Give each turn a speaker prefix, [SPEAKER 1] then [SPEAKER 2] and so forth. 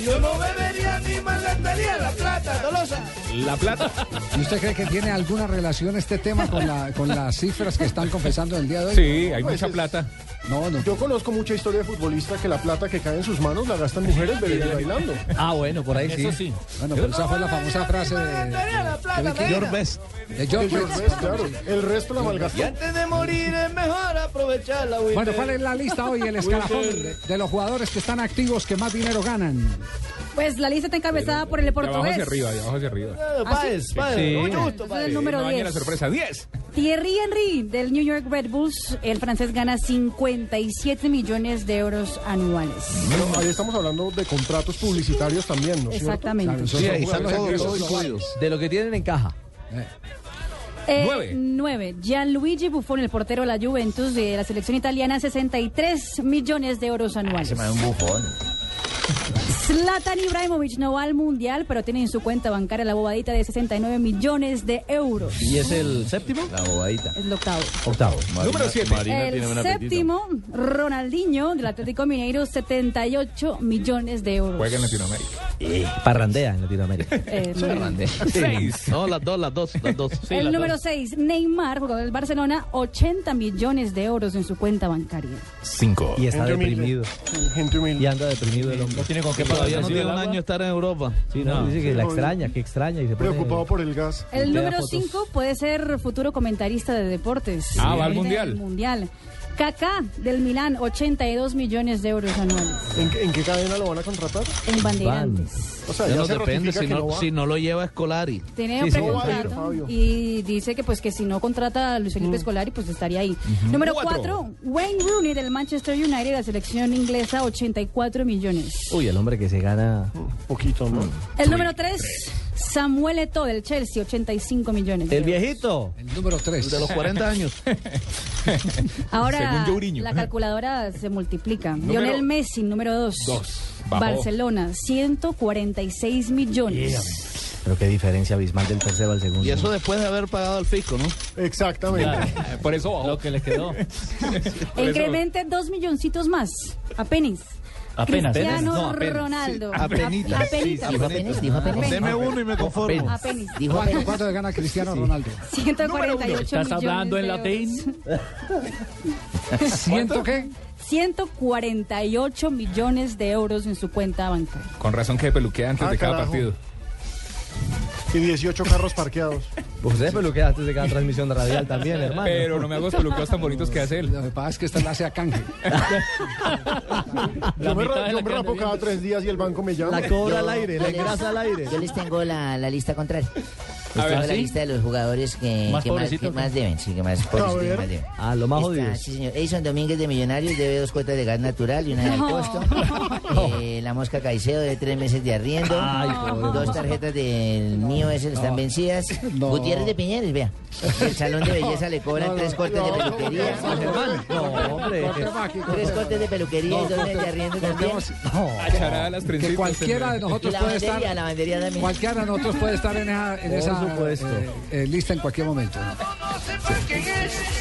[SPEAKER 1] Yo no bebería ni malgastaría la plata. Dolosa.
[SPEAKER 2] La plata.
[SPEAKER 3] ¿Y usted cree que tiene alguna relación este tema con, la, con las cifras que están confesando el día de hoy?
[SPEAKER 2] Sí, hay mucha plata.
[SPEAKER 3] No, no.
[SPEAKER 4] Pues Yo conozco mucha historia de futbolistas que la plata que cae en sus manos la gastan mujeres bebiendo y bailando.
[SPEAKER 5] Ah, bueno, por ahí sí.
[SPEAKER 2] Eso sí.
[SPEAKER 3] Bueno, pues esa fue la famosa frase de,
[SPEAKER 1] Malgastaría la plata.
[SPEAKER 3] ¿Qué
[SPEAKER 1] nena.
[SPEAKER 5] Your best.
[SPEAKER 3] de George
[SPEAKER 4] Ellos,
[SPEAKER 3] Bush.
[SPEAKER 4] ¿ves? Pues Claro, el resto la
[SPEAKER 1] Y
[SPEAKER 4] malgastó.
[SPEAKER 1] antes de morir es mejor aprovecharla, güey.
[SPEAKER 3] Bueno, ¿cuál es la lista hoy? El escalafón de, de los jugadores que están activos que más dinero ganan.
[SPEAKER 6] Pues la lista está encabezada por el
[SPEAKER 2] De abajo
[SPEAKER 6] portugués.
[SPEAKER 2] hacia arriba, de abajo hacia arriba.
[SPEAKER 1] Páez,
[SPEAKER 2] Sí.
[SPEAKER 1] Páez, un
[SPEAKER 6] Ese
[SPEAKER 1] gusto,
[SPEAKER 6] es el
[SPEAKER 1] Páez.
[SPEAKER 6] número
[SPEAKER 2] no dañe la
[SPEAKER 6] 10.
[SPEAKER 2] sorpresa. 10.
[SPEAKER 6] Thierry Henry del New York Red Bulls. El francés gana 57 millones de euros anuales.
[SPEAKER 4] Bueno, ahí estamos hablando de contratos publicitarios también, ¿no? es cierto?
[SPEAKER 2] Ah,
[SPEAKER 6] Exactamente.
[SPEAKER 3] Claro,
[SPEAKER 5] Sí, ahí están los
[SPEAKER 4] Todos,
[SPEAKER 5] todos
[SPEAKER 4] todos.
[SPEAKER 5] incluidos. De lo que tienen en caja.
[SPEAKER 6] Eh,
[SPEAKER 2] Nueve.
[SPEAKER 6] nueve. Gianluigi Buffon, el portero de la Juventus de la selección italiana, 63 millones de euros anuales.
[SPEAKER 5] un bufón.
[SPEAKER 6] Zlatan Ibrahimovic no va al mundial, pero tiene en su cuenta bancaria la bobadita de 69 millones de euros.
[SPEAKER 5] ¿Y es el séptimo? La bobadita.
[SPEAKER 6] Es lo octavo.
[SPEAKER 5] Octavo.
[SPEAKER 2] Número 7.
[SPEAKER 6] El séptimo, Ronaldinho, del Atlético Mineiro, 78 millones de euros.
[SPEAKER 2] Juega en Latinoamérica.
[SPEAKER 5] Parrandea en Latinoamérica.
[SPEAKER 6] Eh, no.
[SPEAKER 5] Parrandea.
[SPEAKER 2] Seis.
[SPEAKER 5] No, las dos, las dos, las dos.
[SPEAKER 6] el número 6, Neymar, jugador del Barcelona, 80 millones de euros en su cuenta bancaria.
[SPEAKER 2] 5.
[SPEAKER 5] Y está
[SPEAKER 4] Gente humilde.
[SPEAKER 5] deprimido.
[SPEAKER 4] Sí, Gente
[SPEAKER 5] Y
[SPEAKER 4] humilde.
[SPEAKER 5] anda deprimido el hombre.
[SPEAKER 7] Tiene con qué todavía no tiene un año estar en Europa.
[SPEAKER 5] Sí, no, dice que la extraña, que extraña. Y se pone-
[SPEAKER 4] Preocupado por el gas.
[SPEAKER 6] El
[SPEAKER 5] Vea
[SPEAKER 6] número
[SPEAKER 5] fotos.
[SPEAKER 6] 5 puede ser futuro comentarista de deportes.
[SPEAKER 2] Ah, va al
[SPEAKER 6] Del
[SPEAKER 2] Mundial.
[SPEAKER 6] mundial. Kaká del Milán, 82 millones de euros anuales
[SPEAKER 4] ¿En, qué- en qué cadena lo van a contratar?
[SPEAKER 6] en Bandeirantes.
[SPEAKER 4] O sea,
[SPEAKER 7] Ya
[SPEAKER 4] ya
[SPEAKER 7] no
[SPEAKER 4] se
[SPEAKER 7] depende
[SPEAKER 4] ratifica
[SPEAKER 7] si
[SPEAKER 4] que no
[SPEAKER 7] no,
[SPEAKER 4] va.
[SPEAKER 7] si no lo lleva Escolari.
[SPEAKER 6] Tiene
[SPEAKER 5] Sí,
[SPEAKER 6] un
[SPEAKER 5] sí,
[SPEAKER 6] precontrato
[SPEAKER 4] va a ir, Fabio.
[SPEAKER 6] y dice que pues que si no contrata a Luis Felipe Scolari pues estaría ahí. Número
[SPEAKER 2] Cuatro.
[SPEAKER 6] 4, Wayne Rooney del Manchester United, la selección inglesa, 84 millones.
[SPEAKER 5] Uy, el hombre que se gana.
[SPEAKER 4] Poquito,
[SPEAKER 7] Mm.
[SPEAKER 4] ¿no?
[SPEAKER 6] El número 3, Samuel Eto'o del Chelsea, 85 millones. de
[SPEAKER 5] El
[SPEAKER 6] euros.
[SPEAKER 5] viejito.
[SPEAKER 3] El número 3.
[SPEAKER 7] De los 40 años.
[SPEAKER 6] Ahora
[SPEAKER 2] Según Jorginho.
[SPEAKER 6] la calculadora se multiplica.
[SPEAKER 2] Número-
[SPEAKER 6] Lionel Messi, número 2.
[SPEAKER 2] Dos. Bajó.
[SPEAKER 6] Barcelona, 146 millones.
[SPEAKER 5] Pero qué diferencia abismal del tercero al segundo.
[SPEAKER 7] Y eso después de haber pagado al fisco, ¿no?
[SPEAKER 4] Exactamente.
[SPEAKER 2] Por eso bajó.
[SPEAKER 7] que les quedó.
[SPEAKER 2] Por eso-
[SPEAKER 6] Incremente dos milloncitos más. Apenas.
[SPEAKER 7] Apenas.
[SPEAKER 6] Cristiano
[SPEAKER 7] No, apenas.
[SPEAKER 6] Ronaldo.
[SPEAKER 7] Sí, apenitas.
[SPEAKER 6] Apenitas.
[SPEAKER 7] Sí, apenitas. Dijo
[SPEAKER 6] Apenitas.
[SPEAKER 7] Deme uno y me conformo.
[SPEAKER 6] Apenas.
[SPEAKER 3] ¿Cuánto, cuánto le gana Cristiano Ronaldo?
[SPEAKER 6] 148 millones.
[SPEAKER 7] ¿Estás hablando
[SPEAKER 6] de
[SPEAKER 7] en
[SPEAKER 6] euros.
[SPEAKER 7] latín?
[SPEAKER 3] ¿Siento qué?
[SPEAKER 6] 148 millones de euros en su cuenta bancaria.
[SPEAKER 2] Con razón que peluquea antes
[SPEAKER 4] Ah,
[SPEAKER 2] de cada
[SPEAKER 4] carajo.
[SPEAKER 2] partido.
[SPEAKER 4] Y 18 carros parqueados.
[SPEAKER 5] Pues usted peluquea antes de cada transmisión radial también, hermano.
[SPEAKER 2] Pero no me hago los peluqueos tan bonitos que hace él.
[SPEAKER 3] Lo que pasa es que esta la hace a canje.
[SPEAKER 4] Yo me,
[SPEAKER 7] mitad
[SPEAKER 4] ra-
[SPEAKER 7] de
[SPEAKER 4] yo
[SPEAKER 7] la
[SPEAKER 4] me rapo
[SPEAKER 7] carne
[SPEAKER 4] cada tres días y el banco me llama.
[SPEAKER 5] La cobra al
[SPEAKER 4] Yo-
[SPEAKER 5] aire, la engrasa al aire.
[SPEAKER 8] Yo les tengo la, la lista contraria. Les
[SPEAKER 2] A ver,
[SPEAKER 8] tengo la
[SPEAKER 2] ¿sí?
[SPEAKER 8] lista de los jugadores que
[SPEAKER 7] ¿Más
[SPEAKER 8] que más, que
[SPEAKER 7] pobrecitos?
[SPEAKER 8] más deben. Sí, que más pobrecitos, que
[SPEAKER 4] ver.
[SPEAKER 8] más deben.
[SPEAKER 5] Ah, lo más
[SPEAKER 8] Está,
[SPEAKER 5] jodido.
[SPEAKER 8] Sí, señor. Edison Domínguez de Millonarios debe dos cuotas de gas natural y una de
[SPEAKER 6] No.
[SPEAKER 8] costo. Eh, la Mosca Caicedo de tres meses de arriendo. dos tarjetas del mío esas están vencidas.
[SPEAKER 3] No.
[SPEAKER 8] Gutiérrez de Piñeres, vea. El salón de belleza le cobran
[SPEAKER 3] No, no,
[SPEAKER 8] tres cortes de
[SPEAKER 4] no, no,
[SPEAKER 8] peluquería.
[SPEAKER 4] no, no,
[SPEAKER 5] Germán. No, hombre. que-
[SPEAKER 3] Cortemos aquí,
[SPEAKER 8] Tres cortes de peluquería y dos meses de arriendo también.
[SPEAKER 3] cortemos.
[SPEAKER 2] A charada a las trencitas.
[SPEAKER 3] Que cualquiera de
[SPEAKER 8] Y
[SPEAKER 3] nosotros
[SPEAKER 8] la
[SPEAKER 3] puede estar...
[SPEAKER 8] bandería, la bandería también.
[SPEAKER 3] Cualquiera de nosotros puede estar en esa, en
[SPEAKER 5] Por
[SPEAKER 3] esa,
[SPEAKER 5] supuesto.
[SPEAKER 3] eh, eh, lista en cualquier momento. ¿no?
[SPEAKER 1] No sepas quién es.